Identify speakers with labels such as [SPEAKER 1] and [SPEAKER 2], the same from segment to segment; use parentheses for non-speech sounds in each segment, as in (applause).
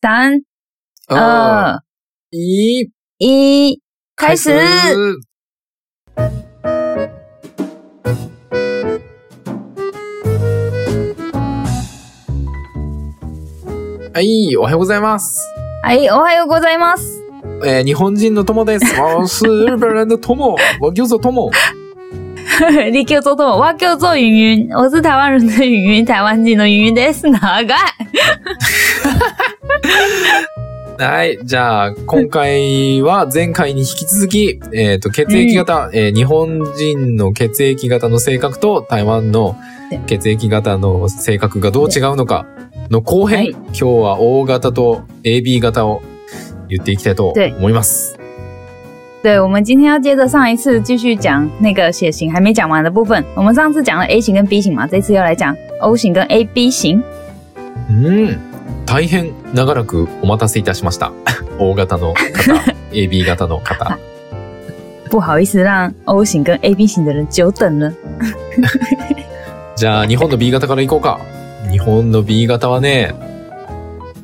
[SPEAKER 1] 三、
[SPEAKER 2] 二
[SPEAKER 1] 哦二、
[SPEAKER 2] 一，
[SPEAKER 1] 一，开始。
[SPEAKER 2] はい、おはようございます。
[SPEAKER 1] はい、哎おはようございます。 (laughs)
[SPEAKER 2] えー日本人の友です。我是日本人的友，我叫做友。
[SPEAKER 1] 立教做做，我叫做云云，我是台湾人的云云，台湾人の云云です。長い。
[SPEAKER 2] はい。じゃあ、今回は前回に引き続き、えっ、と、血液型、えー日本人の血液型の性格と台湾の血液型の性格がどう違うのかの後編、
[SPEAKER 1] はい
[SPEAKER 2] 今日は O 型と AB 型を言っていきたいと
[SPEAKER 1] 对
[SPEAKER 2] 思います。
[SPEAKER 1] 对，我们今天要接着上一次继续讲那个血型还没讲完的部分。我们上次讲了 A 型跟 B 型嘛，这次要来讲 O 型跟 AB 型。
[SPEAKER 2] うん。大変長らくお待たせいたしました。O (laughs)
[SPEAKER 1] (laughs)
[SPEAKER 2] 型の方、AB 型の方。
[SPEAKER 1] 不好意思，让 O 型跟 AB 型的人久等了。
[SPEAKER 2] じゃあ、日本の B 型からいこうか。日本の B 型はね、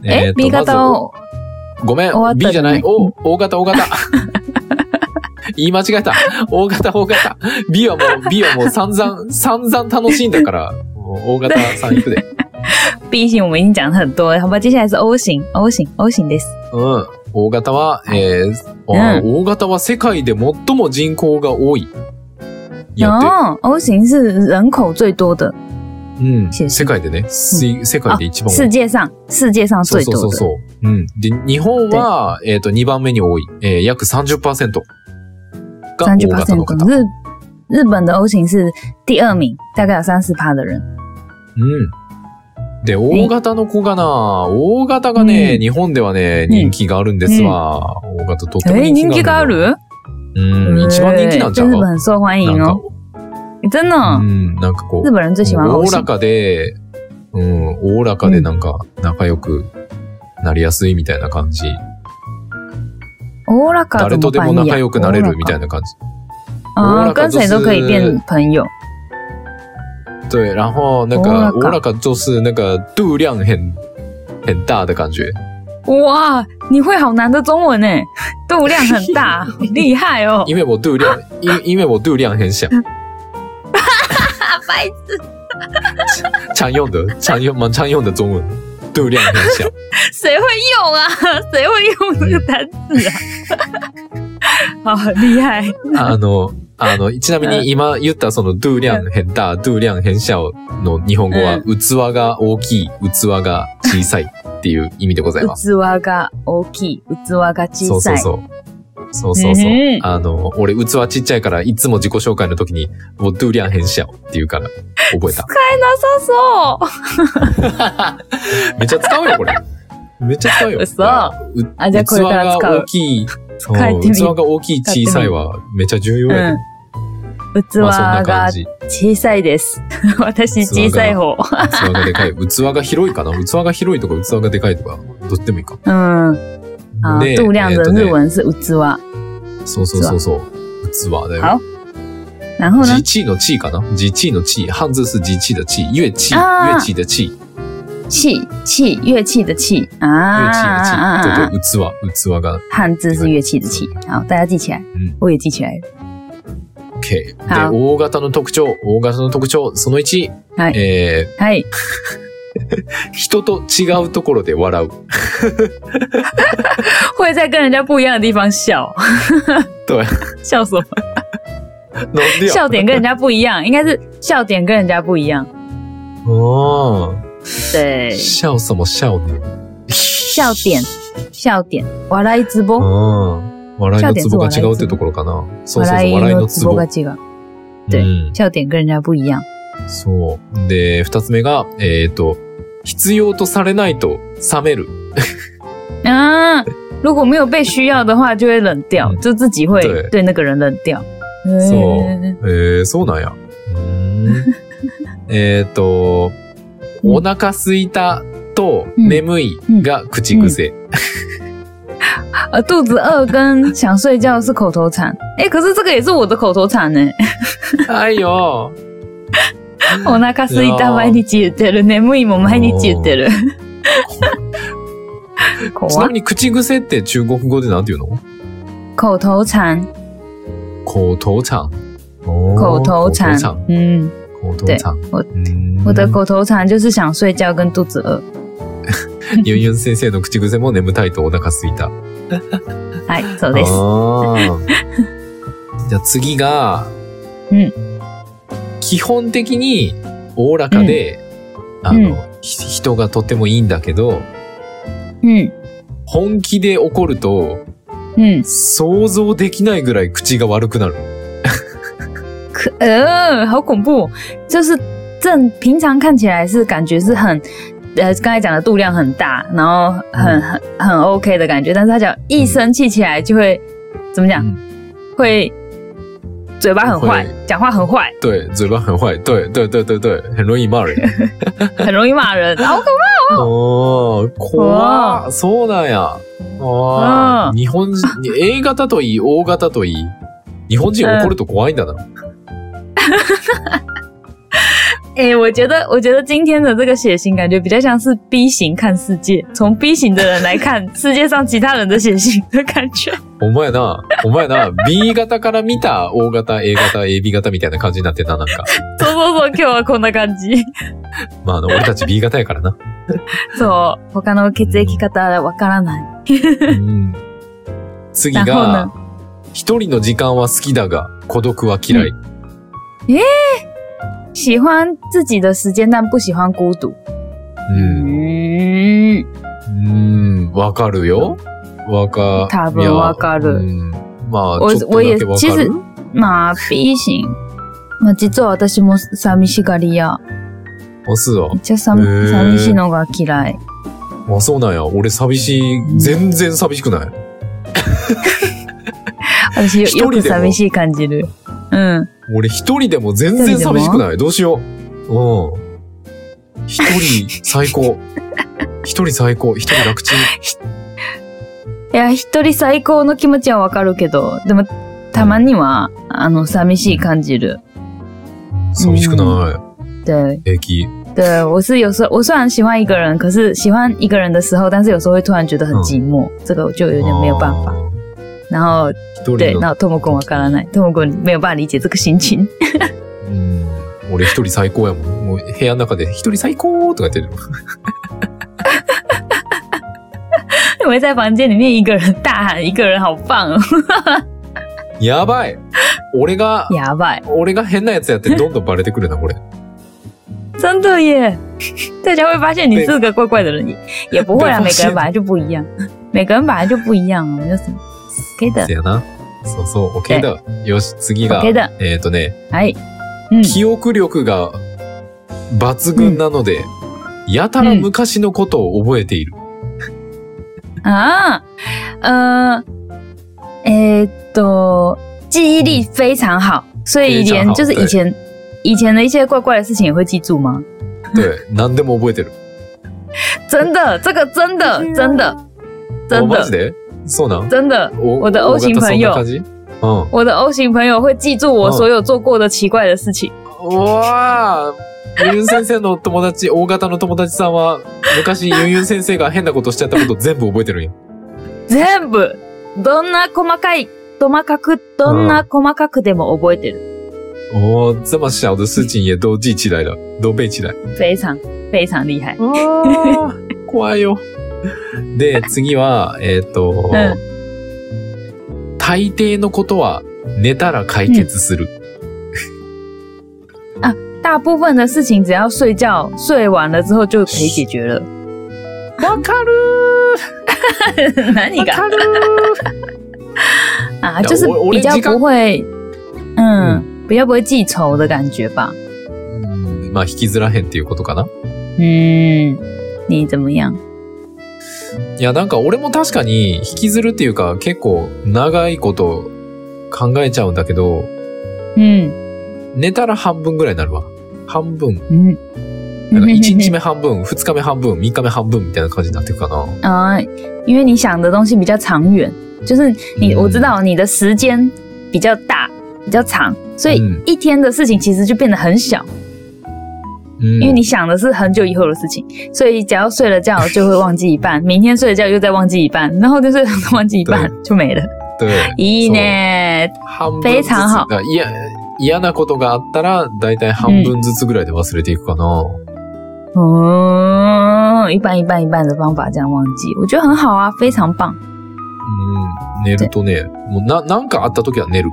[SPEAKER 1] 哎、
[SPEAKER 2] ーと
[SPEAKER 1] b 型
[SPEAKER 2] まず
[SPEAKER 1] を
[SPEAKER 2] ごめん
[SPEAKER 1] 終わっ、た
[SPEAKER 2] B じゃない。
[SPEAKER 1] ごめ
[SPEAKER 2] O、O 型、O 型。 (laughs) 言い間違えた。O 型、O 型。B はもう、B はもう散々、散々楽しいんだから、もう O 型さん行くで。
[SPEAKER 1] B 型我们已经讲了很多了，好吧？接下来是 O 型，O 型，O 型です。
[SPEAKER 2] うん。O 型は、えーあー O 型は世界で最も人口が多い。やって。
[SPEAKER 1] 哦，O 型是人口最多的，
[SPEAKER 2] うん。
[SPEAKER 1] 先生
[SPEAKER 2] 世界でね、す世界で一番多
[SPEAKER 1] 世
[SPEAKER 2] い。
[SPEAKER 1] 界上世界上
[SPEAKER 2] そう
[SPEAKER 1] 最
[SPEAKER 2] そ
[SPEAKER 1] 多的。
[SPEAKER 2] うそうそう。うん。で、日本は、えっ、と、2番目に多い。えー、約30%が O
[SPEAKER 1] 三十八
[SPEAKER 2] 型の方。
[SPEAKER 1] 日日本的 O 型是第二名，大概有三十趴的人。
[SPEAKER 2] うん。で、大型の子がな、大型がね、
[SPEAKER 1] うん
[SPEAKER 2] 日本ではね、人気があるんですわ。大型とっても
[SPEAKER 1] 哎、
[SPEAKER 2] 人
[SPEAKER 1] 人
[SPEAKER 2] 気
[SPEAKER 1] 気
[SPEAKER 2] が
[SPEAKER 1] が
[SPEAKER 2] あ
[SPEAKER 1] あ
[SPEAKER 2] るのよ。
[SPEAKER 1] る？嗯
[SPEAKER 2] うん、一番人気なんちゃ
[SPEAKER 1] 在
[SPEAKER 2] う
[SPEAKER 1] 日
[SPEAKER 2] の
[SPEAKER 1] 本很受欢
[SPEAKER 2] なん
[SPEAKER 1] 迎
[SPEAKER 2] か
[SPEAKER 1] 哦，、真的、
[SPEAKER 2] うん、なんかこ
[SPEAKER 1] 日
[SPEAKER 2] う、
[SPEAKER 1] 本人最喜欢
[SPEAKER 2] お
[SPEAKER 1] O
[SPEAKER 2] おら
[SPEAKER 1] 型。
[SPEAKER 2] かで、うん、おおらかでなんか仲良くなりやすいみたいな感じ。
[SPEAKER 1] 欧拉卡
[SPEAKER 2] 誰
[SPEAKER 1] 哦怎
[SPEAKER 2] と
[SPEAKER 1] 么翻
[SPEAKER 2] でも
[SPEAKER 1] 译、
[SPEAKER 2] 仲良くなれるみた
[SPEAKER 1] 啊
[SPEAKER 2] いな感じ。
[SPEAKER 1] 哦
[SPEAKER 2] 欧拉卡
[SPEAKER 1] 跟谁都可以变朋友。
[SPEAKER 2] 对，然后那
[SPEAKER 1] おお
[SPEAKER 2] 个
[SPEAKER 1] ら
[SPEAKER 2] お
[SPEAKER 1] か
[SPEAKER 2] おらか就是那个度量很很大的感觉。
[SPEAKER 1] 哇，你会好难的中文呢， (laughs) 度量很 (laughs) 大，好厉害哦！
[SPEAKER 2] 因为我度量，因因为我度量很小。
[SPEAKER 1] 大啊白
[SPEAKER 2] 常用的、常用、蛮常用的中文，度量很
[SPEAKER 1] (laughs)
[SPEAKER 2] 小。
[SPEAKER 1] 谁会用啊？ (laughs) 谁会用这个单字啊？好 (laughs) 厉害！
[SPEAKER 2] あの、あの、ちなみに今言ったその度量很大、度量很小の日本語は、器が大きい、器が小さいっていう意味でございます。
[SPEAKER 1] 器が大きい、器が
[SPEAKER 2] そ
[SPEAKER 1] 小
[SPEAKER 2] うそ
[SPEAKER 1] さ
[SPEAKER 2] う
[SPEAKER 1] い。
[SPEAKER 2] そう。そうそうそう
[SPEAKER 1] うん。
[SPEAKER 2] あの、俺器ちっちゃいから、いつも自己紹介の時に、もう度量很小って言うから、覚えた。
[SPEAKER 1] そうそう。
[SPEAKER 2] めっちゃ使うよ、これ。めっちゃ使うよ。
[SPEAKER 1] 嘘
[SPEAKER 2] あ
[SPEAKER 1] あじゃあこれから
[SPEAKER 2] 器
[SPEAKER 1] 使
[SPEAKER 2] が
[SPEAKER 1] う
[SPEAKER 2] 大きい。そう
[SPEAKER 1] 使えてみる
[SPEAKER 2] 器が大きい、小さいは、めっちゃ重要やで。
[SPEAKER 1] うん。器
[SPEAKER 2] まあそんな
[SPEAKER 1] が
[SPEAKER 2] 感じ。
[SPEAKER 1] 小さいです。私小さい方。
[SPEAKER 2] 器がで (laughs) かい。器が広いかな器が広いとか器がでかいとか、どっちでもいいか。
[SPEAKER 1] うん。あ
[SPEAKER 2] で、
[SPEAKER 1] 度量的
[SPEAKER 2] えーとね
[SPEAKER 1] 日文是器。
[SPEAKER 2] そうそうそうそう。器だよ。
[SPEAKER 1] 好然后呢
[SPEAKER 2] 机？器の器かな机器の器。漢字是机器的器。乐器。
[SPEAKER 1] あー
[SPEAKER 2] 乐器的器。
[SPEAKER 1] 器器乐器的器啊
[SPEAKER 2] 乐器的器。
[SPEAKER 1] 啊
[SPEAKER 2] 对
[SPEAKER 1] 啊啊！
[SPEAKER 2] 对，器。器が。
[SPEAKER 1] 汉字是乐器的器。好，大家记起来
[SPEAKER 2] 嗯。
[SPEAKER 1] 我也记起来了。
[SPEAKER 2] OK。で、
[SPEAKER 1] 好
[SPEAKER 2] 大型の特徴。大型の特徴。その1。
[SPEAKER 1] はい
[SPEAKER 2] え
[SPEAKER 1] (laughs)
[SPEAKER 2] ー
[SPEAKER 1] はい。
[SPEAKER 2] 人と違うところで笑う。
[SPEAKER 1] 会在跟人家不一样的地方笑。
[SPEAKER 2] 对，
[SPEAKER 1] (laughs) 笑什么？
[SPEAKER 2] なんでや
[SPEAKER 1] 笑点跟人家不一样，应该是笑点跟人家不一样。
[SPEAKER 2] うん。
[SPEAKER 1] 对，
[SPEAKER 2] 笑什么笑ね。
[SPEAKER 1] 笑点，笑点，笑いツボ，
[SPEAKER 2] うん。笑いのツボが違うってところかな。そうそうそう、笑い
[SPEAKER 1] 笑い
[SPEAKER 2] の
[SPEAKER 1] の
[SPEAKER 2] ツ
[SPEAKER 1] ツ
[SPEAKER 2] ボ。
[SPEAKER 1] ボ
[SPEAKER 2] う
[SPEAKER 1] が違う。对
[SPEAKER 2] ん。
[SPEAKER 1] 笑点跟人家不一样。
[SPEAKER 2] そう。で、二つ目が、えっ、と、必要とされないと冷める。
[SPEAKER 1] 啊，如果没有被需要的话，就会冷掉，
[SPEAKER 2] 嗯
[SPEAKER 1] 就自己会
[SPEAKER 2] 对
[SPEAKER 1] 对那个人冷掉。
[SPEAKER 2] そう
[SPEAKER 1] 嗯。
[SPEAKER 2] えー、そうなんや。う
[SPEAKER 1] (laughs)
[SPEAKER 2] ーん。えっ
[SPEAKER 1] うん
[SPEAKER 2] と、お腹すいたと
[SPEAKER 1] うん
[SPEAKER 2] 眠いが口癖。
[SPEAKER 1] 呃，肚子饿跟想睡觉是口头禅。哎、可是这个也是我的口头禅
[SPEAKER 2] (laughs)
[SPEAKER 1] 呢、
[SPEAKER 2] はいよ。
[SPEAKER 1] お腹すいた毎日言ってる。眠いも毎日言ってる。口
[SPEAKER 2] ちなみに口癖って中国語でなんて言うの
[SPEAKER 1] (laughs) 口头禅，
[SPEAKER 2] 口頭禅。おー
[SPEAKER 1] 口头禅
[SPEAKER 2] 哦口頭禅。。
[SPEAKER 1] 嗯，
[SPEAKER 2] 口頭禅。
[SPEAKER 1] 我
[SPEAKER 2] うん
[SPEAKER 1] 我的口头禅就是想睡觉跟肚子饿。
[SPEAKER 2] ユンユン先生の口癖も眠たいとお腹すいた。
[SPEAKER 1] 哎，走です。
[SPEAKER 2] 哦あ
[SPEAKER 1] (laughs)
[SPEAKER 2] ーじゃあ次が、
[SPEAKER 1] うん
[SPEAKER 2] 基本的におおらかで、あの、ひ人がとてもいいんだけど、
[SPEAKER 1] 嗯
[SPEAKER 2] 本気で怒ると
[SPEAKER 1] 嗯，
[SPEAKER 2] 想像できないぐらい口が悪くなる。
[SPEAKER 1] 可呃，好恐怖哦，就是正平常看起来是感觉是很。呃，刚才讲的度量很大，然后很
[SPEAKER 2] 嗯
[SPEAKER 1] 很很 OK 的感觉，但是他讲一生气起来就会怎么讲？会嘴巴很坏
[SPEAKER 2] 嗯会，
[SPEAKER 1] 讲话很坏，
[SPEAKER 2] 对，嘴巴很坏。对对对对对，很容易骂
[SPEAKER 1] (laughs)
[SPEAKER 2] 人。
[SPEAKER 1] 很容易骂
[SPEAKER 2] (laughs)
[SPEAKER 1] 人。然后
[SPEAKER 2] おー、怖っそうなんや。あ
[SPEAKER 1] う
[SPEAKER 2] ー
[SPEAKER 1] ん
[SPEAKER 2] 日本人、A 型といい、O 型といい。日本人怒ると怖いんだな。
[SPEAKER 1] 哎、我觉得，我觉得今天的这个血型感觉比较像是 B 型看世界，从 B 型的人来看世界上其他人的血型的感觉。 (laughs)
[SPEAKER 2] お前な、お前な、B 型から見た O 型、A 型、AB 型みたいな感じになってた、なんか。
[SPEAKER 1] そうそうそう、今日はこんな感じ。
[SPEAKER 2] まあ、あの、俺たち B 型やからな。
[SPEAKER 1] そう、他の血液型わからない。
[SPEAKER 2] うん、次
[SPEAKER 1] なるほど
[SPEAKER 2] が
[SPEAKER 1] な、
[SPEAKER 2] 一人の時間は好きだが、孤独は嫌い。
[SPEAKER 1] 喜欢自己的时间，但不喜欢孤独。
[SPEAKER 2] うん。
[SPEAKER 1] 嗯，
[SPEAKER 2] うん、わかるよ。わか、
[SPEAKER 1] 多分わかる
[SPEAKER 2] いやうんまあ、
[SPEAKER 1] お
[SPEAKER 2] ちょっとだけ
[SPEAKER 1] お
[SPEAKER 2] わ
[SPEAKER 1] い
[SPEAKER 2] か
[SPEAKER 1] 地図
[SPEAKER 2] る。
[SPEAKER 1] まあ B 型。まあ実は私も寂しがりや。
[SPEAKER 2] 押すわ
[SPEAKER 1] めっ。ちゃさみ
[SPEAKER 2] へー
[SPEAKER 1] 寂しいのが嫌い。
[SPEAKER 2] あ、そうなんや。俺寂しい。全然寂しくない。
[SPEAKER 1] 私よ
[SPEAKER 2] 一
[SPEAKER 1] よ
[SPEAKER 2] 人でも
[SPEAKER 1] く寂しい感じる。うん。
[SPEAKER 2] 俺一人でも全然寂しくない。どうしよう。うん。一人最高。一人最高。一人楽ちん。
[SPEAKER 1] いや、一人最高の気持ちはわかるけど、でも、たまには、あの、寂しい感じる。
[SPEAKER 2] 寂しくな
[SPEAKER 1] 对
[SPEAKER 2] い。平気。
[SPEAKER 1] 对，我是有时候，我虽然喜欢一个人，可是喜欢一个人的时候，但是有时候会突然觉得很寂寞，这个我就有点没有办法。
[SPEAKER 2] あー
[SPEAKER 1] 然后，
[SPEAKER 2] 一
[SPEAKER 1] 对，
[SPEAKER 2] 人の。
[SPEAKER 1] 那ともくんわからない，ともくん没有办法理解这个心 (laughs) 情。
[SPEAKER 2] うん。俺一人最高やもん。もう部屋の中で一人最高とか言ってる。
[SPEAKER 1] 我会在房间里面一个人大喊，一个人好棒哦，
[SPEAKER 2] やばい。俺が、
[SPEAKER 1] (laughs) やばい，
[SPEAKER 2] 俺が変なやつやってどんどんバレてくるな、これ。
[SPEAKER 1] 真的 (laughs) 耶！大家会发现你是个怪怪的人，也也不会啊，
[SPEAKER 2] 被
[SPEAKER 1] 每个
[SPEAKER 2] 发现
[SPEAKER 1] 人本来就不一样， (laughs) 每个人本来就不一样哦，没有什么，可以的
[SPEAKER 2] せ，やな。そうそう、OK だ。よし、次が
[SPEAKER 1] 可。以的，
[SPEAKER 2] えっ、とね、
[SPEAKER 1] 哎，嗯。
[SPEAKER 2] 記憶力が抜群なので、やたら昔のことを覚えている。
[SPEAKER 1] 啊，呃，诶，都记忆力非常好，所以
[SPEAKER 2] 嗯非常
[SPEAKER 1] 连
[SPEAKER 2] 好
[SPEAKER 1] 就是以前以前的一些怪怪的事情也会记住吗？
[SPEAKER 2] 对、何でも覚え (laughs) てる。
[SPEAKER 1] 真的，
[SPEAKER 2] (laughs)
[SPEAKER 1] 这个真的
[SPEAKER 2] 啊
[SPEAKER 1] 真的真
[SPEAKER 2] おマジ
[SPEAKER 1] 的
[SPEAKER 2] でそうなん
[SPEAKER 1] 真的，
[SPEAKER 2] お
[SPEAKER 1] 我的 O 型朋友
[SPEAKER 2] 大型そんな感じ
[SPEAKER 1] 我的 O 型朋友会记住
[SPEAKER 2] 嗯
[SPEAKER 1] 我所有做过的奇怪的事情。
[SPEAKER 2] うん。うわーユンユン先生の友達、大型の友達さんは、昔ユンユン先生が変なことしちゃったこと全部覚えてるんや。
[SPEAKER 1] 全部どんな細かい細かくどん
[SPEAKER 2] 嗯
[SPEAKER 1] な細かくでも覚えてる。
[SPEAKER 2] おー、这么小的事情也都记起来了。都背起来。
[SPEAKER 1] 非常非常厉
[SPEAKER 2] 嗯
[SPEAKER 1] 害。
[SPEAKER 2] あー怖いよ。で、次は、えっ、と、大抵のことは寝たら解決する。
[SPEAKER 1] 大部分的事情只要睡觉睡完了之后就可以解决了。
[SPEAKER 2] わ、かる
[SPEAKER 1] 何 (laughs)
[SPEAKER 2] わ
[SPEAKER 1] が
[SPEAKER 2] かる
[SPEAKER 1] 啊，
[SPEAKER 2] 呀
[SPEAKER 1] 就是
[SPEAKER 2] 我我
[SPEAKER 1] 比
[SPEAKER 2] 连
[SPEAKER 1] 较
[SPEAKER 2] 鸡缸
[SPEAKER 1] 不会，嗯，比较不会记仇的感觉吧。
[SPEAKER 2] うんまあ、引きずらへんっていうことかな。
[SPEAKER 1] 嗯，你怎么样？
[SPEAKER 2] いや、なんか俺も確かに引きずるっていうか、結構長いこと考えちゃうんだけど、
[SPEAKER 1] 嗯
[SPEAKER 2] 寝たら半分ぐらいになるわ。半分。
[SPEAKER 1] 嗯，
[SPEAKER 2] なんか1日
[SPEAKER 1] (laughs)
[SPEAKER 2] 目 (laughs) 半分、2日目半分、3日目半分みたいな感じになっていくかな。
[SPEAKER 1] 啊、因为你想的东西比较长远，就是你、
[SPEAKER 2] 嗯
[SPEAKER 1] 我知道你的时间比较大，比较长，所以
[SPEAKER 2] 嗯
[SPEAKER 1] 一天的事情其实就变得很小。
[SPEAKER 2] 嗯
[SPEAKER 1] 因为你想的是很久以后的事情，所以只要睡了觉就会忘记一半，明天睡了觉又再忘记一半，然后就睡了觉 (laughs) 忘记一半就没了。
[SPEAKER 2] (laughs) 对。
[SPEAKER 1] いいね。
[SPEAKER 2] 半分ず
[SPEAKER 1] 非
[SPEAKER 2] つ。
[SPEAKER 1] 常好
[SPEAKER 2] だいや、嫌なことがあったら、だいたい半分ずつぐらいで忘れていくかな。
[SPEAKER 1] 嗯，一半一半一半的方法这样忘记，我觉得很好啊，非常棒。
[SPEAKER 2] うん。寝るとね、もうな、なんかあった時は寝る。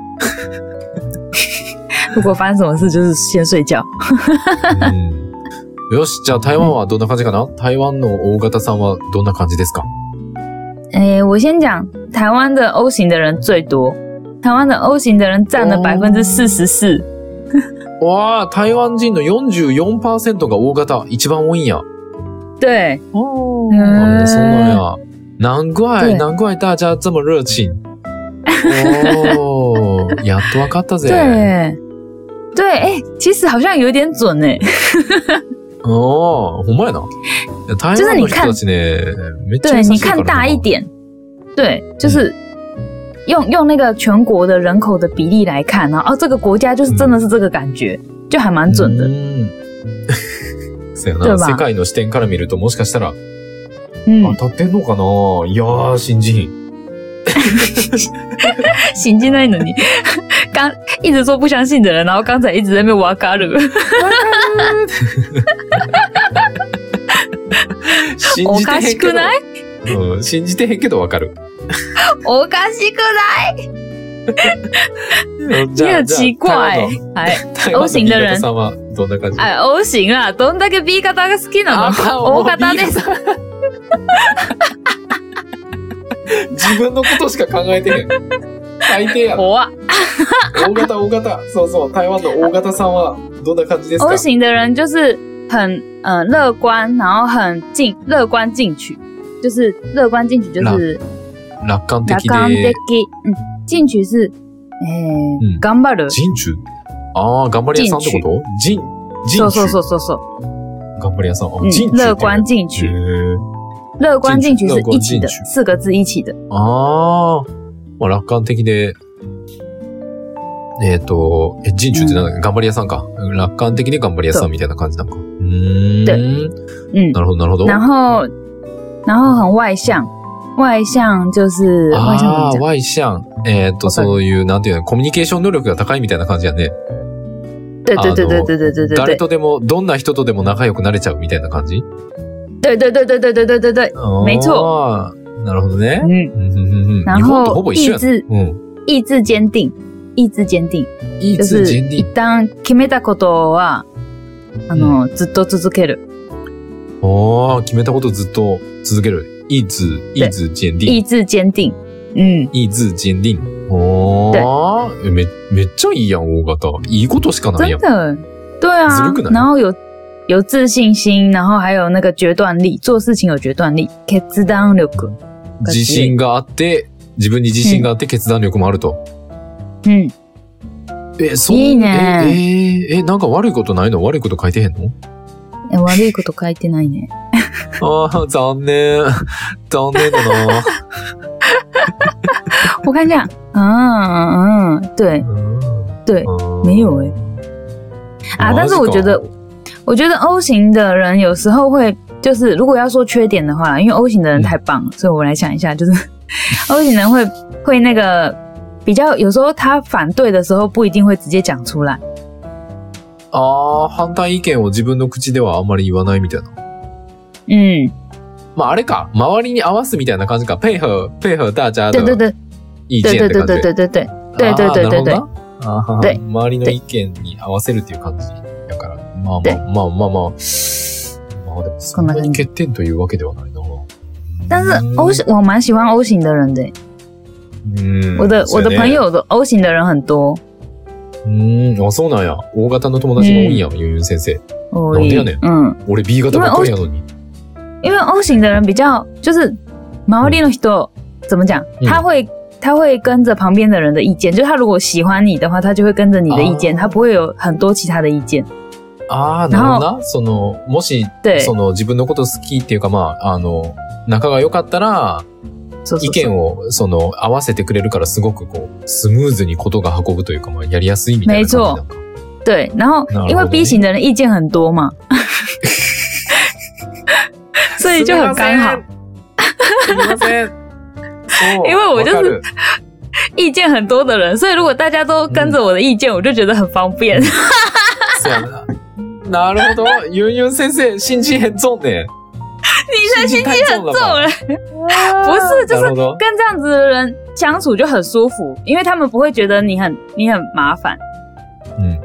[SPEAKER 1] 如果发生什么事，就是先睡 (laughs) 觉。
[SPEAKER 2] うん、よし、じゃあ台湾はどんな感じかな台湾の大型さんはどんな感じですか
[SPEAKER 1] 哎，我先讲，台湾的 O 型的人最多，台湾的 O 型的人占了
[SPEAKER 2] 哦
[SPEAKER 1] 百分之四十四。
[SPEAKER 2] わあ、台湾人の44%が大型、一番多いんや。
[SPEAKER 1] 对，
[SPEAKER 2] 哦
[SPEAKER 1] へー
[SPEAKER 2] そうなんや。難怪、
[SPEAKER 1] 对
[SPEAKER 2] 難怪大家这么热情。おー、やっとわかったぜ。
[SPEAKER 1] 对，对，哎、其实好像有点准哎、
[SPEAKER 2] おー、ほんまやな。いや台湾の人たちね、めっちゃ
[SPEAKER 1] 对，
[SPEAKER 2] 優し
[SPEAKER 1] 你
[SPEAKER 2] いから
[SPEAKER 1] 看
[SPEAKER 2] な
[SPEAKER 1] 大一。点，对，就是用用那个全国的人口的比例来看，然后哦，这个国家就是真的是这个感觉，就还蛮准的
[SPEAKER 2] う。ん。 (laughs) そうや
[SPEAKER 1] 对
[SPEAKER 2] な。
[SPEAKER 1] 吧
[SPEAKER 2] 世界の視点から見るともしかしたら、
[SPEAKER 1] 嗯，
[SPEAKER 2] 当たってんのかないやー、新人。
[SPEAKER 1] 行进在努力。 (laughs) 刚一直说不相信的人，然后刚才一直在那边挖嘎鲁。
[SPEAKER 2] 信
[SPEAKER 1] お
[SPEAKER 2] じて
[SPEAKER 1] か
[SPEAKER 2] へ
[SPEAKER 1] し
[SPEAKER 2] んけ
[SPEAKER 1] く
[SPEAKER 2] ど。
[SPEAKER 1] ない？
[SPEAKER 2] うん、信じてへんけどわかる。
[SPEAKER 1] おかしくない？
[SPEAKER 2] じゃあ、
[SPEAKER 1] 很
[SPEAKER 2] じゃあ
[SPEAKER 1] 奇怪。哎
[SPEAKER 2] 台湾の
[SPEAKER 1] O 型的人
[SPEAKER 2] 台湾の B 型さんはどんな感じ
[SPEAKER 1] 哎，O 型啊，どんだけ B 型が好きな
[SPEAKER 2] あ
[SPEAKER 1] の
[SPEAKER 2] も
[SPEAKER 1] ？O
[SPEAKER 2] う
[SPEAKER 1] 型です。
[SPEAKER 2] 自分のことしか考えてへん。最低やろ。
[SPEAKER 1] 我啊
[SPEAKER 2] 大型、大型。そうそう。台湾の大型さんはどんな感じですか
[SPEAKER 1] O 型的人就是很呃乐观，然后很进乐观进取，就是乐观进取就是
[SPEAKER 2] 楽観
[SPEAKER 1] 楽
[SPEAKER 2] 的
[SPEAKER 1] 観的
[SPEAKER 2] で。，
[SPEAKER 1] 嗯，进取是哎
[SPEAKER 2] 嗯，
[SPEAKER 1] 頑張る。
[SPEAKER 2] 人中ああ、頑張り屋さんってこと人、
[SPEAKER 1] そう
[SPEAKER 2] 人
[SPEAKER 1] そうそう
[SPEAKER 2] 中。
[SPEAKER 1] そうそう，
[SPEAKER 2] 頑張り屋さん。あ
[SPEAKER 1] 嗯
[SPEAKER 2] 人中って言う，
[SPEAKER 1] 乐
[SPEAKER 2] の
[SPEAKER 1] 观进
[SPEAKER 2] へ
[SPEAKER 1] 取，
[SPEAKER 2] ー
[SPEAKER 1] 乐观进取是
[SPEAKER 2] 嗯乐观
[SPEAKER 1] 一起
[SPEAKER 2] 进
[SPEAKER 1] 的
[SPEAKER 2] 取，
[SPEAKER 1] 四个字一起的。
[SPEAKER 2] ああ、まあ楽観的で、えっ、と、え、人中ってなんだっけ、頑張り屋さんか。楽観的で頑張り屋さんみたいな感じなんか。うーん。
[SPEAKER 1] で嗯
[SPEAKER 2] な，るほど、なるほど。
[SPEAKER 1] 然后然后很外向，外向就是外向怎么
[SPEAKER 2] ああ、
[SPEAKER 1] 讲？
[SPEAKER 2] Y シャン。えっ、と、そういう、なんていうの、コミュニケーション能力が高いみたいな感じやね。
[SPEAKER 1] 对对对对对对对对
[SPEAKER 2] 誰
[SPEAKER 1] 对
[SPEAKER 2] とでも、どんな人とでも仲良くなれちゃうみたいな感じ
[SPEAKER 1] 对对对对对对对对对，没错
[SPEAKER 2] あーなるほどね。
[SPEAKER 1] 嗯，
[SPEAKER 2] うんうんうんうん
[SPEAKER 1] 然
[SPEAKER 2] 日本とほ
[SPEAKER 1] 后
[SPEAKER 2] ぼ一
[SPEAKER 1] 意
[SPEAKER 2] 緒やね。
[SPEAKER 1] 志
[SPEAKER 2] うん。
[SPEAKER 1] 意志坚定，意志坚定。
[SPEAKER 2] いい
[SPEAKER 1] 就是
[SPEAKER 2] つ、人力。
[SPEAKER 1] 旦決めたことは、あの、ずっと続ける。
[SPEAKER 2] ああ、決めたことずっと続ける。いいつ、いいつ、人力。
[SPEAKER 1] 意志坚定。うん。
[SPEAKER 2] 意志坚定。おー。えめ、めっちゃいいやん、大型。いいことしかないや
[SPEAKER 1] 真
[SPEAKER 2] ん。
[SPEAKER 1] 的。对啊
[SPEAKER 2] ずるくな。い
[SPEAKER 1] 然后有、有自信心、然后还有那个决断力。做事情有决断力。決断力。かしい
[SPEAKER 2] 自信があって、自分に自信があって決断力もあると。
[SPEAKER 1] うん。
[SPEAKER 2] え、そん
[SPEAKER 1] いいね
[SPEAKER 2] ええーえ、なんか悪いことないの悪いこと書いてへんの
[SPEAKER 1] え悪いこと書いてないね。
[SPEAKER 2] ああ、残 (laughs) 念。残念だな。
[SPEAKER 1] 我看一下。嗯嗯，对
[SPEAKER 2] (laughs) うん
[SPEAKER 1] 对。
[SPEAKER 2] うん
[SPEAKER 1] 没有欸啊，但是我觉得，我觉得 O 型的人有时候会，就是如果要说缺点的话，因为 O 型的人太棒了，所以我来讲一下，就是 (laughs) O 型人会会那个比较，有时候他反对的时候不一定会直接讲出来，
[SPEAKER 2] ああ、反対意見を自分の口ではあんまり言わないみたいな。
[SPEAKER 1] 嗯，
[SPEAKER 2] まあ、あれか。周りに合わすみたいな感じか。配合、配合大家
[SPEAKER 1] 对对
[SPEAKER 2] 的
[SPEAKER 1] 对
[SPEAKER 2] 意見っ
[SPEAKER 1] 对
[SPEAKER 2] て
[SPEAKER 1] 对对
[SPEAKER 2] 感じ
[SPEAKER 1] 对对对对，对对对对对
[SPEAKER 2] あーなるほどなあ
[SPEAKER 1] 对
[SPEAKER 2] ー周りの意見に合わせるっていう感じだから。まあま
[SPEAKER 1] 对
[SPEAKER 2] あまあまあまあ。まあでもそんなに欠点というわけではないな。
[SPEAKER 1] 但是 O 型我蛮喜欢 O 型的人的，
[SPEAKER 2] うん
[SPEAKER 1] 我的
[SPEAKER 2] そ
[SPEAKER 1] 我
[SPEAKER 2] うや
[SPEAKER 1] 的
[SPEAKER 2] ね
[SPEAKER 1] 朋友的 O 型的人很多，
[SPEAKER 2] うん、あ、そうなんや。大型の友達が多いんや、ユンユン先生。
[SPEAKER 1] 哦
[SPEAKER 2] なんでやねん
[SPEAKER 1] 嗯。
[SPEAKER 2] 俺 B 型ばっかりやのに。
[SPEAKER 1] 因为 O 型的人比较就是毛利的人怎么讲，
[SPEAKER 2] 嗯
[SPEAKER 1] 他会他会跟着旁边的人的意见，就是他如果喜欢你的话，他就会跟着你的意见，
[SPEAKER 2] 哦
[SPEAKER 1] 他不会有很多其他的意见。
[SPEAKER 2] ああ、なるほどな。その、もし、
[SPEAKER 1] 对，
[SPEAKER 2] その自分のこと好きっていうか、まあ、あの、仲が良かったら、
[SPEAKER 1] そうそうそう
[SPEAKER 2] 意見を、その、合わせてくれるから、すごくこう、スムーズにことが運ぶというか、まあ、やりやすいみたいな感じなんか。
[SPEAKER 1] 对，然后
[SPEAKER 2] 那
[SPEAKER 1] 因为
[SPEAKER 2] 哦我懂 (laughs)
[SPEAKER 1] B 型的人意见很多嘛，所以就很刚好。
[SPEAKER 2] すみません。そう
[SPEAKER 1] 因为我就是
[SPEAKER 2] わかる
[SPEAKER 1] 意见很多的人，所以如果大家都跟着我的意见，我就觉得很方便。
[SPEAKER 2] 嗯そうやな。なるほど。ユンユン先生、心机很重ね。
[SPEAKER 1] (laughs) 你的心机很重
[SPEAKER 2] 心
[SPEAKER 1] 了，不是，就
[SPEAKER 2] な
[SPEAKER 1] 是
[SPEAKER 2] るほど。
[SPEAKER 1] 跟这样子的人相处就很舒服，因为他们不会觉得你很你很麻烦。
[SPEAKER 2] うん。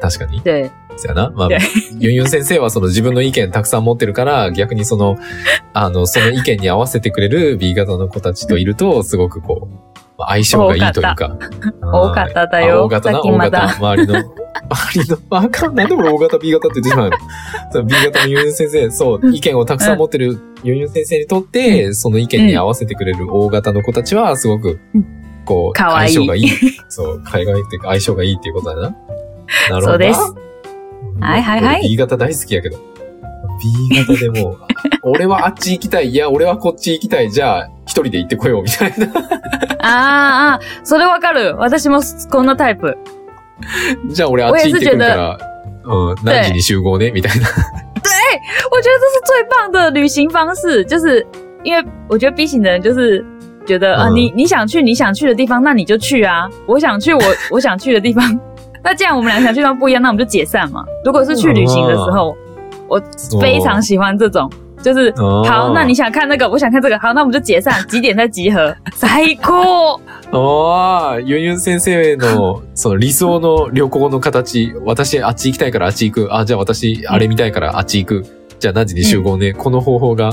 [SPEAKER 2] 確かに。
[SPEAKER 1] 对，
[SPEAKER 2] そうやな。まあ
[SPEAKER 1] で、
[SPEAKER 2] ユンユン先生はその自分の意見たくさん持ってるから、逆にその、あの、その意見に合わせてくれる B 型の子たちといると、すごくこう、まあ相性がいいというか。
[SPEAKER 1] 大型だ
[SPEAKER 2] あ
[SPEAKER 1] よ。
[SPEAKER 2] 大型
[SPEAKER 1] さ
[SPEAKER 2] な、
[SPEAKER 1] っき
[SPEAKER 2] 大
[SPEAKER 1] ま
[SPEAKER 2] 型。
[SPEAKER 1] た。
[SPEAKER 2] 周り
[SPEAKER 1] (laughs)
[SPEAKER 2] の、周りの、あかん、なんで俺大型、B 型って言ってしまうのその ?B 型のユンユン先生、そう、意見をたくさん持ってるユンユン先生にとって、その意見に合わせてくれる大型の子たちは、すごく
[SPEAKER 1] うん、
[SPEAKER 2] こう、
[SPEAKER 1] かわいい
[SPEAKER 2] 相性がいい。そう、海外っていうか相性がいいっていうことだな。なるほど。
[SPEAKER 1] そうです。はいはいはい
[SPEAKER 2] 俺 B 型大好きやけど。B 型でもう、 (laughs) 俺はあっち行きたい、いや、俺はこっち行きたい、じゃあ、一人で行ってこよう、みたいな。
[SPEAKER 1] あーあー、それわかる。私もこんなタイプ。
[SPEAKER 2] じゃあ俺あっち行ってくるから、うん、何時に集合ね、み (laughs) たいな。
[SPEAKER 1] 我觉得这是最棒的旅行方式，就是因为我觉得 B 型的人就是觉得、啊，
[SPEAKER 2] 嗯
[SPEAKER 1] 你你想去你想去的地方，那你就去啊；我想去我 (laughs) 我想去的地方，那既然我们俩想去的地方不一样，那我们就解散嘛。如果是去旅行的时候，我非常喜欢这种，就是
[SPEAKER 2] 嗯哦
[SPEAKER 1] 好，那你想看那个，我想看这个，好，那我们就解散，几点再集合？ (laughs) 最高！
[SPEAKER 2] ああ、ユンユン先生の、その理想の旅行の形、私あっち行きたいからあっち行く。あ、じゃあ私あれ見たいからあっち行く。じゃあ何時に集合ね。この方法が、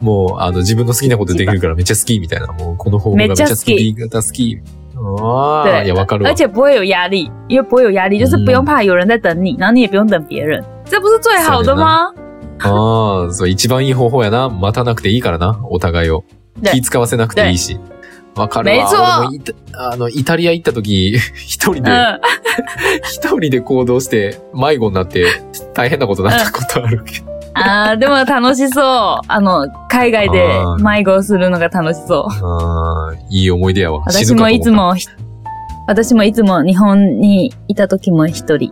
[SPEAKER 2] もう、あの、自分の好きなことできるからめっちゃ好きみたいな。もう、この方法がめっちゃ好き。
[SPEAKER 1] め
[SPEAKER 2] B 型好き。ああ、
[SPEAKER 1] 对
[SPEAKER 2] いや、わかるわ
[SPEAKER 1] 而。且不会有压力，因为不会有压力，就是不用
[SPEAKER 2] 嗯
[SPEAKER 1] 怕有人在等你，然后你也不用等别人，这不是最好的吗？
[SPEAKER 2] ああ、そう、一番いい方法やな。待たなくていいからな、お互いを。
[SPEAKER 1] で
[SPEAKER 2] 気使わせなくていいし。わかる
[SPEAKER 1] めい
[SPEAKER 2] わ。
[SPEAKER 1] そう
[SPEAKER 2] 俺もイタあの、イタリア行った時、 (laughs) 一人で、
[SPEAKER 1] 嗯。 (laughs)
[SPEAKER 2] 一人で行動して、迷子になって、大変なことになったことあるけど。
[SPEAKER 1] あー、でも楽しそう。あの、海外で
[SPEAKER 2] 啊
[SPEAKER 1] 迷子をするのが楽しそう。
[SPEAKER 2] あーいい思い出やわ。死
[SPEAKER 1] 私
[SPEAKER 2] ぬ
[SPEAKER 1] も
[SPEAKER 2] かと思
[SPEAKER 1] い
[SPEAKER 2] った
[SPEAKER 1] つ。も、ひ私もいつも日本にいた時も一人。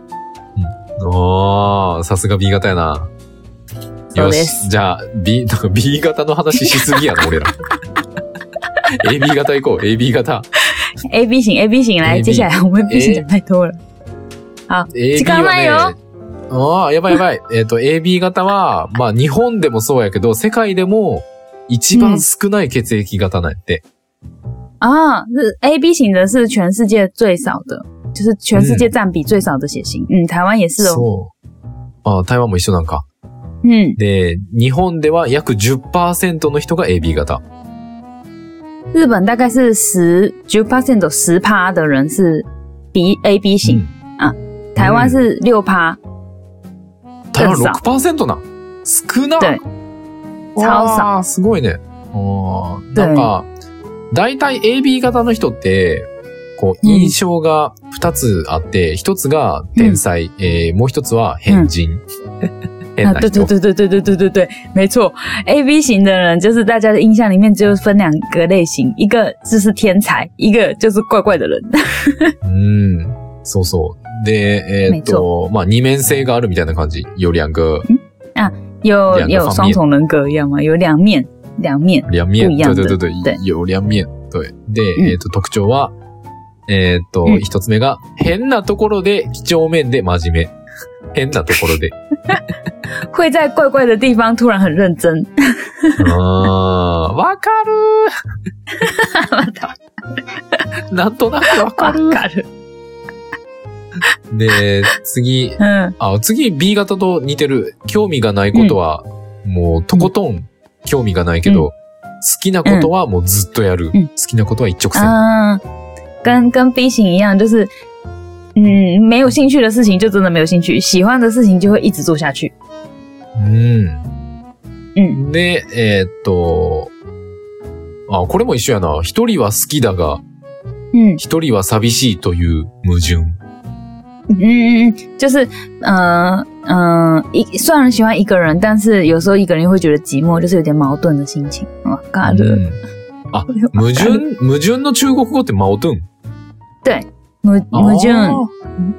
[SPEAKER 2] ああ、さすが B 型やな。
[SPEAKER 1] そうです
[SPEAKER 2] よし。じゃあ、B、なんか B 型の話しすぎや
[SPEAKER 1] (laughs)
[SPEAKER 2] な、俺ら。AB 型行こう、AB 型。
[SPEAKER 1] AB 型、AB 型来、
[SPEAKER 2] AB
[SPEAKER 1] 接下来 (laughs) 我们 B 型讲太多了。時
[SPEAKER 2] AB
[SPEAKER 1] 間
[SPEAKER 2] は
[SPEAKER 1] ない
[SPEAKER 2] ね、
[SPEAKER 1] よ
[SPEAKER 2] ああ、やばい
[SPEAKER 1] (laughs)
[SPEAKER 2] やばい。えっ、と、AB 型は、まあ、日本でもそうやけど、世界でも一番少ない血液型なんやって。
[SPEAKER 1] 啊，是 AB 型的是全世界最少的，就是全世
[SPEAKER 2] 嗯
[SPEAKER 1] 界占比最少的血型。嗯，台湾也是哦。
[SPEAKER 2] そう。ああ、台湾も一緒なんか。
[SPEAKER 1] 嗯，
[SPEAKER 2] で、日本では約10%の人が AB 型。
[SPEAKER 1] 日本大概是十九 percent 十趴的人是 B AB
[SPEAKER 2] 嗯
[SPEAKER 1] 型，台湾是六趴，
[SPEAKER 2] うん台湾6%なん。少な
[SPEAKER 1] 对。超少。
[SPEAKER 2] あーすごいね。あー
[SPEAKER 1] 对
[SPEAKER 2] なんか、大体 AB 型の人って、こう、
[SPEAKER 1] うん
[SPEAKER 2] 印象が2つあって、1つが天才、えーもう1つは変人。変
[SPEAKER 1] 啊，
[SPEAKER 2] な
[SPEAKER 1] 对
[SPEAKER 2] 人。
[SPEAKER 1] 对对对对对对对对，没错，A B 型的人就是大家的印象里面只有分两个类型，一个就是天才，一个就是怪怪的人。 (laughs)
[SPEAKER 2] うん。そうそう。で、えーっと、まあ、二面性があるみたいな感じ。有两个、
[SPEAKER 1] 有
[SPEAKER 2] 两个
[SPEAKER 1] 有
[SPEAKER 2] 方
[SPEAKER 1] 双
[SPEAKER 2] 面
[SPEAKER 1] 重人格一样吗？有两面，两面。
[SPEAKER 2] 两面。
[SPEAKER 1] 不一样
[SPEAKER 2] 对
[SPEAKER 1] 的
[SPEAKER 2] 对对
[SPEAKER 1] 对
[SPEAKER 2] 对。有两面。对。で、
[SPEAKER 1] うん
[SPEAKER 2] えーっと、特徴は、えーっと
[SPEAKER 1] う、ん
[SPEAKER 2] 一、つ目が、変なところで、几帳面で真面目。変なところ
[SPEAKER 1] (laughs)
[SPEAKER 2] で。
[SPEAKER 1] 会在怪怪的地方突然很认真，
[SPEAKER 2] あーわかるーなんとなくわかる。で、次、
[SPEAKER 1] 嗯，
[SPEAKER 2] あ、次 B 型と似てる。興味がないことは、もうとことん興味がないけど、好きなことはもうずっとやる。
[SPEAKER 1] うん
[SPEAKER 2] 好きなことは一直線。
[SPEAKER 1] 啊，跟跟 B 型一样，就是嗯，没有兴趣的事情就真的没有兴趣，喜欢的事情就会一直做下去。嗯う
[SPEAKER 2] う。
[SPEAKER 1] ん
[SPEAKER 2] で、えーっと、あ、これも一緒やな。一人は好きだが、
[SPEAKER 1] 嗯
[SPEAKER 2] 一人は寂しいという矛盾。
[SPEAKER 1] 嗯嗯嗯嗯，就是嗯嗯，一虽然喜欢一个人，但是有时候一个人又会觉得寂寞，就是有点矛盾的心情。啊，嘎的
[SPEAKER 2] う，ん矛
[SPEAKER 1] (laughs)
[SPEAKER 2] 盾、矛盾の中国語って矛盾。
[SPEAKER 1] 矛矛盾
[SPEAKER 2] あ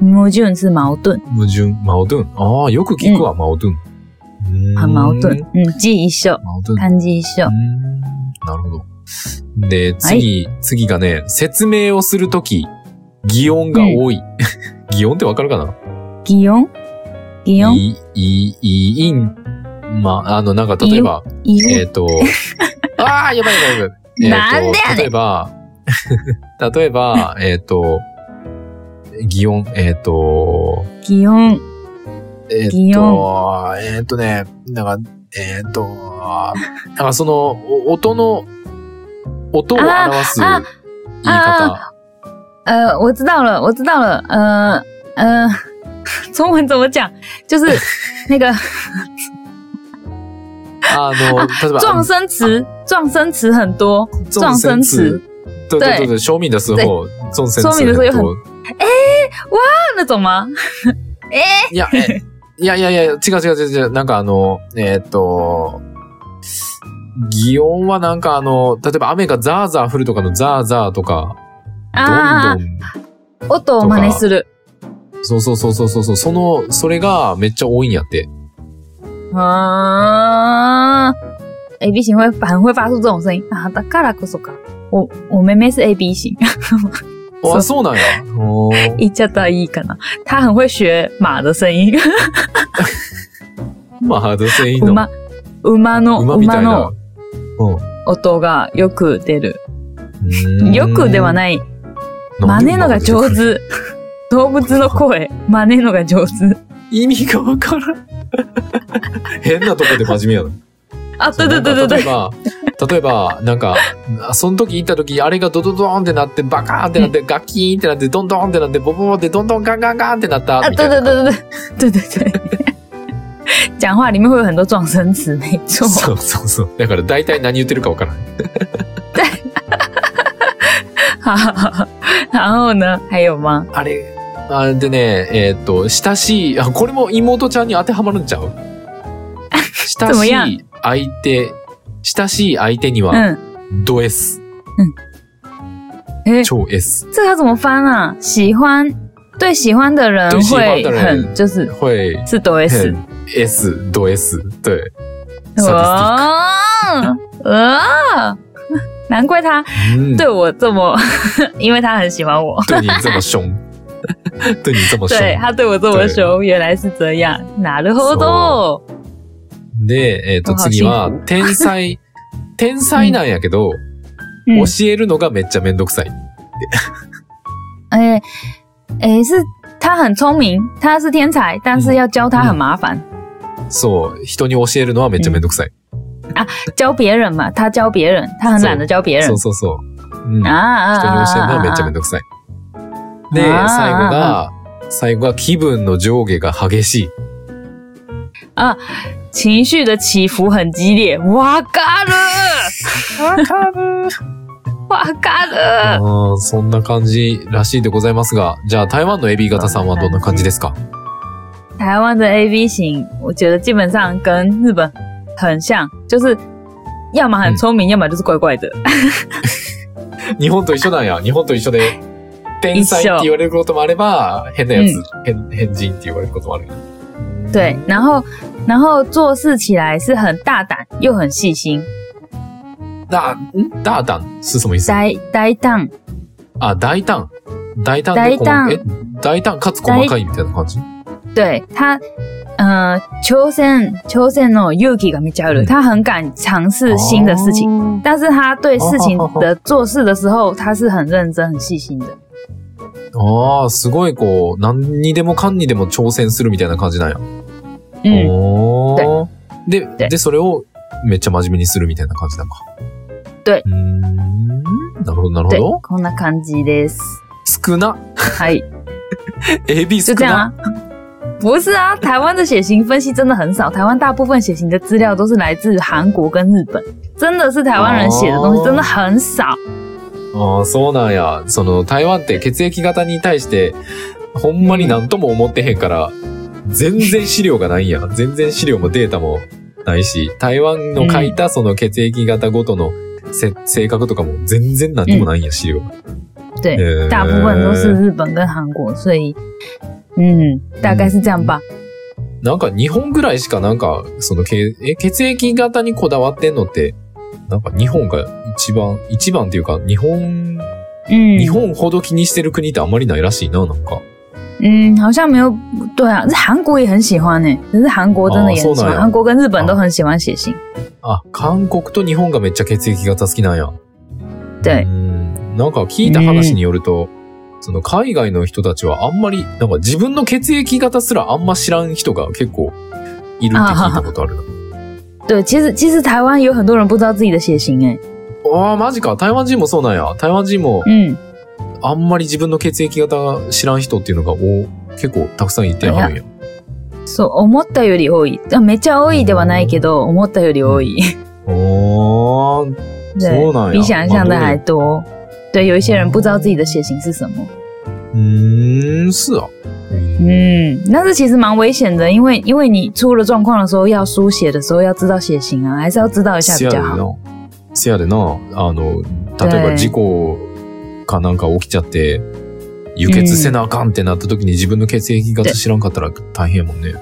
[SPEAKER 2] ー
[SPEAKER 1] 矛盾是矛盾。
[SPEAKER 2] 矛盾、矛盾。ああ、よく聞くわ、矛盾。
[SPEAKER 1] 很矛盾。嗯，字一緒。
[SPEAKER 2] 矛盾。
[SPEAKER 1] 漢字一緒
[SPEAKER 2] うー。んなるほど。で、次、次がね、説明をするとき、擬音が多い。擬音ってわかるかな
[SPEAKER 1] 擬音擬音
[SPEAKER 2] い、い、い、いん、ま、あの、なんか、例えば、
[SPEAKER 1] 擬
[SPEAKER 2] えっ、
[SPEAKER 1] 音
[SPEAKER 2] と、 (laughs) ああ、やばいやばいやばい。えーと
[SPEAKER 1] なんでやねん
[SPEAKER 2] 例えば、 (laughs) 例えば、えっ、と、擬音、えっ、と、
[SPEAKER 1] 擬音。
[SPEAKER 2] えっ、
[SPEAKER 1] 擬
[SPEAKER 2] と、えっ、とね、なんか、えっ、と、なんかその、お音の、音を表す言
[SPEAKER 1] あ
[SPEAKER 2] い
[SPEAKER 1] あ
[SPEAKER 2] 方。
[SPEAKER 1] 呃，我知道了，我知道了。呃呃， (laughs) 中文怎么讲？就是那
[SPEAKER 2] (laughs)
[SPEAKER 1] 个
[SPEAKER 2] あの、例えば、
[SPEAKER 1] 撞声词，撞声词很多。撞声词。
[SPEAKER 2] 对对对
[SPEAKER 1] 对
[SPEAKER 2] 对，说明的时候，撞声词
[SPEAKER 1] 说明的时候有很
[SPEAKER 2] 多
[SPEAKER 1] 看得懂吗？
[SPEAKER 2] いや、え、いやいやいや、違う違う違う違う、なんかあの、えーっと、擬音はなんかあの、例えば雨がザーザー降るとかのザーザーとか、
[SPEAKER 1] 啊
[SPEAKER 2] どんどん、
[SPEAKER 1] 音を真似する。
[SPEAKER 2] そうそうそうそうそうそう、その、それがめっちゃ多いんやって。
[SPEAKER 1] 啊，A B 型会很会发出这种声音啊，だからこそか。我我妹妹是 A B 型，
[SPEAKER 2] あ、そうなんや。おー
[SPEAKER 1] 一加到一可能，她很会学马的声音，
[SPEAKER 2] まあ、どうせいい
[SPEAKER 1] (laughs)
[SPEAKER 2] の。
[SPEAKER 1] 馬馬の
[SPEAKER 2] 馬みた
[SPEAKER 1] 馬
[SPEAKER 2] いな
[SPEAKER 1] の。
[SPEAKER 2] うん
[SPEAKER 1] 音がよく出る。
[SPEAKER 2] うーん。
[SPEAKER 1] よくではない。
[SPEAKER 2] な
[SPEAKER 1] 真
[SPEAKER 2] んで
[SPEAKER 1] 似のが上手。
[SPEAKER 2] (laughs)
[SPEAKER 1] 動物の声、真似のが上手。
[SPEAKER 2] 意味がわからん。 (laughs) 変なとこで真面目やな。
[SPEAKER 1] あ、对对对对
[SPEAKER 2] 例
[SPEAKER 1] 对。
[SPEAKER 2] えば、例えば、なんか、その時行った時、あれがドドドーンってなって、バカーンってなって、ガキーンってなって、ドンドーンってなって、ボボボって、どんどんガンガンガンってなった、
[SPEAKER 1] 啊，
[SPEAKER 2] みた
[SPEAKER 1] 对
[SPEAKER 2] いな。
[SPEAKER 1] 对对对对对对对。讲话里面会有很多撞声词，没错。
[SPEAKER 2] そうそうそう。だから大体何言ってるかわからない。
[SPEAKER 1] 好好好然后呢？还有吗？
[SPEAKER 2] あれ、あでね、えーっと、親しい、あ、これも妹ちゃんに当てはまるんちゃう親
[SPEAKER 1] 怎么
[SPEAKER 2] し
[SPEAKER 1] 样
[SPEAKER 2] い相手、親しい相手には、
[SPEAKER 1] 嗯，
[SPEAKER 2] ド S。
[SPEAKER 1] 诶，
[SPEAKER 2] 超 S。
[SPEAKER 1] 这要怎么翻啊？喜欢对喜欢的人
[SPEAKER 2] 对喜欢
[SPEAKER 1] 会
[SPEAKER 2] 的人
[SPEAKER 1] 很就是
[SPEAKER 2] 会、
[SPEAKER 1] 是多 S
[SPEAKER 2] 変 S、ド S。对。サ
[SPEAKER 1] 哦 (laughs) 哦，难怪他
[SPEAKER 2] ディスティックうん
[SPEAKER 1] 对我这么， (laughs) 因为他很喜欢我。
[SPEAKER 2] 对你这
[SPEAKER 1] (laughs)
[SPEAKER 2] 么凶，对你这么凶。
[SPEAKER 1] 对他对我这么凶，原来是这样。なるほど。
[SPEAKER 2] で、えっ、と、
[SPEAKER 1] あ
[SPEAKER 2] 次は
[SPEAKER 1] シン、
[SPEAKER 2] 天才、天才なんやけど、
[SPEAKER 1] 嗯，
[SPEAKER 2] 教えるのがめっちゃめんどくさい。
[SPEAKER 1] 哎哎，是他很聪明，他是天才，但是要教他很麻烦，
[SPEAKER 2] そう、人に教えるのはめっちゃめんどくさい。
[SPEAKER 1] 教别人嘛，他教别人，他很懒得教别人
[SPEAKER 2] そうそうそう。うん。人に
[SPEAKER 1] 啊
[SPEAKER 2] 教
[SPEAKER 1] 啊
[SPEAKER 2] える
[SPEAKER 1] 啊
[SPEAKER 2] のは
[SPEAKER 1] 啊
[SPEAKER 2] めっちゃ
[SPEAKER 1] 啊
[SPEAKER 2] めん！どくさい。で、
[SPEAKER 1] あー
[SPEAKER 2] 最後が、最後が気分の上下が激しい。
[SPEAKER 1] 情绪的起伏很激烈，哇嘎 (laughs) 了，
[SPEAKER 2] わかる。
[SPEAKER 1] 哇嘎了。
[SPEAKER 2] あーそんな感じらしいでございますが、じゃあ台湾のエビ型さんはどんな感じですか
[SPEAKER 1] 台湾的 A B 型，我觉得基本上跟日本很像，就是要么很聪明，要么就是怪怪的。
[SPEAKER 2] 日本と一緒なんや。日本と一緒で、天才って言われることもあれば、変なやつ、変、変人って言われることもある。
[SPEAKER 1] 对，然后然后做事起来是很大胆又很细心，
[SPEAKER 2] だ、んダータン是什么意思
[SPEAKER 1] 呆呆当
[SPEAKER 2] あ、大胆。大胆で細かい。
[SPEAKER 1] 大
[SPEAKER 2] え、大胆かつ細かいみたいな感じ
[SPEAKER 1] 对他，呃，秋山秋山哦，Yuki 跟 m i c h
[SPEAKER 2] 嗯
[SPEAKER 1] 他很敢尝试新的事情，
[SPEAKER 2] 情。
[SPEAKER 1] 但是他对事情
[SPEAKER 2] 哦哦哦
[SPEAKER 1] 的做事的时候，他是很认真、很细心的。
[SPEAKER 2] ああ、すごいこう、何にでもかんにでも挑戦するみたいな感じなんや。
[SPEAKER 1] 嗯，
[SPEAKER 2] おーで、
[SPEAKER 1] で
[SPEAKER 2] で、それをめっちゃ真面目にするみたいな感じなんか。
[SPEAKER 1] で
[SPEAKER 2] うーん。なるほど、なるほ
[SPEAKER 1] 对
[SPEAKER 2] ど。，
[SPEAKER 1] こんな感じです。
[SPEAKER 2] 少な。 (laughs)
[SPEAKER 1] はい，
[SPEAKER 2] エビ
[SPEAKER 1] 就
[SPEAKER 2] 少
[SPEAKER 1] 这样
[SPEAKER 2] な。
[SPEAKER 1] 啊。不是啊，台湾的血型分析真的很少，台湾大部分血型的资料都是来自韩国跟日本，真的是台湾人写的东西
[SPEAKER 2] 哦
[SPEAKER 1] 真的很少。
[SPEAKER 2] ああ、そうなんや。その、台湾って血液型に対して、ほんまになんとも思ってへんから、全然資料がないんや。全然資料もデータもないし、台湾の書いたその血液型ごとのせ性格とかも全然何もないんや、資料。
[SPEAKER 1] 对，
[SPEAKER 2] へー
[SPEAKER 1] 大部分都是日本跟韩国，所以嗯，大概是这样吧。
[SPEAKER 2] なんか日本ぐらいしかなんか、そのけえ血液型にこだわってんのって、なんか日本が一番、一番っていうか日本、
[SPEAKER 1] 嗯，
[SPEAKER 2] 日本ほど気にしてる国ってあんまりないらしいな、なんか。
[SPEAKER 1] 嗯，好像没有，对啊，是韩国也很喜欢呢、可是韩国真的也很喜
[SPEAKER 2] 哦そうなん
[SPEAKER 1] 欢，
[SPEAKER 2] や
[SPEAKER 1] 韩国跟日本都很喜欢写信。
[SPEAKER 2] あ、韓国と日本がめっちゃ血液型好きなんや。
[SPEAKER 1] 对
[SPEAKER 2] う、んなんか聞いた話によると、その海外の人たちはあんまり、なんか自分の血液型すらあんま知らん人が結構いるって聞いたことあるな。
[SPEAKER 1] 对，其实其实台湾有很多人不知道自己的血型哎、
[SPEAKER 2] ああ、マジか。台湾人もそうなんや。台湾人も
[SPEAKER 1] 嗯，
[SPEAKER 2] あんまり自分の血液型知らん人っていうのがお結構たくさんいてはるんや。
[SPEAKER 1] そう思ったより多い。あめっちゃ多いではないけど、思ったより多い。 (laughs)
[SPEAKER 2] おー、
[SPEAKER 1] 对
[SPEAKER 2] そうなんや。
[SPEAKER 1] 比想象的
[SPEAKER 2] まあ
[SPEAKER 1] 还啊多。对，有一些人不知道自己的血型是什么。
[SPEAKER 2] うーん、是啊。
[SPEAKER 1] 嗯，但是其实蛮危险的，因为因为你出了状况的时候，要书写的时候要知道血型啊，还是要知道一下
[SPEAKER 2] せ
[SPEAKER 1] 比
[SPEAKER 2] やで
[SPEAKER 1] 较好。
[SPEAKER 2] な。せやでな、あの、例えば事故かなんか起きちゃって、輸血せなあかんってなった時に自分の血液型知らんかったら大変やもんね。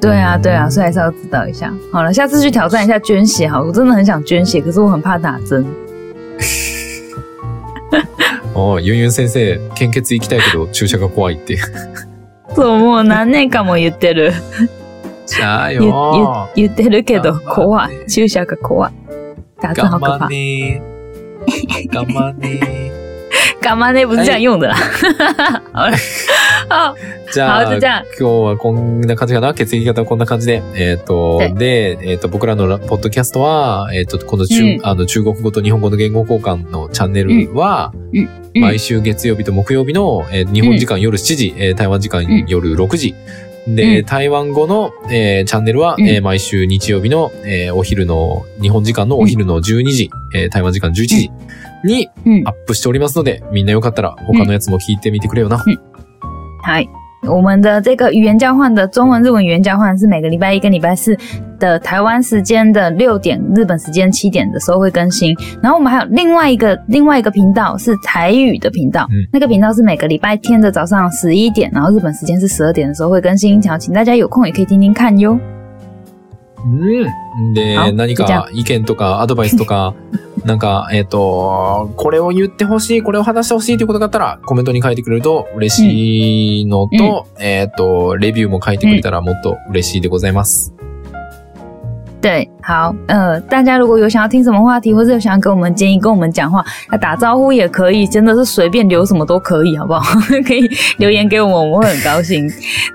[SPEAKER 1] 对啊，对啊，所以还是要知道一下。好了，下次去挑战一下捐血好了，我真的很想捐血，可是我很怕打针。
[SPEAKER 2] ああ、ユンユン先生、献血行きたいけど注射が怖いって。
[SPEAKER 1] 怎么呢？那かも言ってる、
[SPEAKER 2] じゃあ
[SPEAKER 1] 言言言ってるけど
[SPEAKER 2] 頑張って
[SPEAKER 1] 怖い、注射が怖い。打针好可怕。
[SPEAKER 2] ねー。頑張ね
[SPEAKER 1] 干嘛那不是这样用的啦。好了， (laughs) 好，
[SPEAKER 2] ー。じゃ
[SPEAKER 1] 好
[SPEAKER 2] (laughs) あ、
[SPEAKER 1] じゃあ
[SPEAKER 2] 今日はこんな感じかな血液型はこんな感じで。えっ、と
[SPEAKER 1] は、
[SPEAKER 2] で、えっ、と、僕らのラポッドキャストは、えっ、と、この中、
[SPEAKER 1] うん
[SPEAKER 2] あの中国語と日本語の言語交換のチャンネルは、
[SPEAKER 1] うんうん
[SPEAKER 2] 毎週月曜日と木曜日の、えー日本時間夜7時、えー台湾時間
[SPEAKER 1] ん
[SPEAKER 2] 夜6時。で、
[SPEAKER 1] うん
[SPEAKER 2] 台湾語の、えーチャンネルは、
[SPEAKER 1] うん
[SPEAKER 2] えー毎週日曜日の、えーお昼の、日本時間のお昼の12時、えー台湾時間11時に、
[SPEAKER 1] 嗯
[SPEAKER 2] ア，ップしておりますので、みんなよかったら他のやつも聞いてみてくれよな。
[SPEAKER 1] 嗨。我们的这个语言交换的中文、日文语言交换是每个礼拜一跟礼拜四的台湾时间的六点，日本时间七点的时候会更新。然后我们还有另外一个另外一个频道是台语的频道，
[SPEAKER 2] 嗯
[SPEAKER 1] 那个频道是每个礼拜天的早上十一点，然后日本时间是十二点的时候会更新。想请大家有空也可以听听看哟。
[SPEAKER 2] うん。で、
[SPEAKER 1] あ
[SPEAKER 2] 何
[SPEAKER 1] じゃあ
[SPEAKER 2] か意見とかアドバイスと (laughs) か、なんか、えっ、と、これを言ってほしい、これを話してほしいということがあったら、コメントに書いてくれると嬉しいのと、えっ、と、レビューも書いてくれたらもっと嬉しいでございます。
[SPEAKER 1] 对，好，呃，大家如果有想要听什么话题，或者有想要给我们建议、跟我们讲话，那打招呼也可以，真的是随便留什么都可以，好 (laughs) 不好？可以留言给我们，我们会很高兴。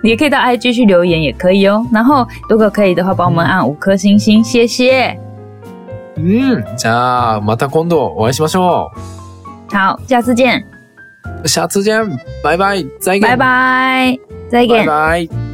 [SPEAKER 1] 你也可以到 IG 去留言，也可以哦。然后如果可以的话，帮我们按五颗星星，谢谢。
[SPEAKER 2] うん。じゃあ、また今度お会いしましょ
[SPEAKER 1] 好，下次见，
[SPEAKER 2] う。シャツジェン、バイバイ、再現
[SPEAKER 1] 拜拜，再见
[SPEAKER 2] バイ。バイ。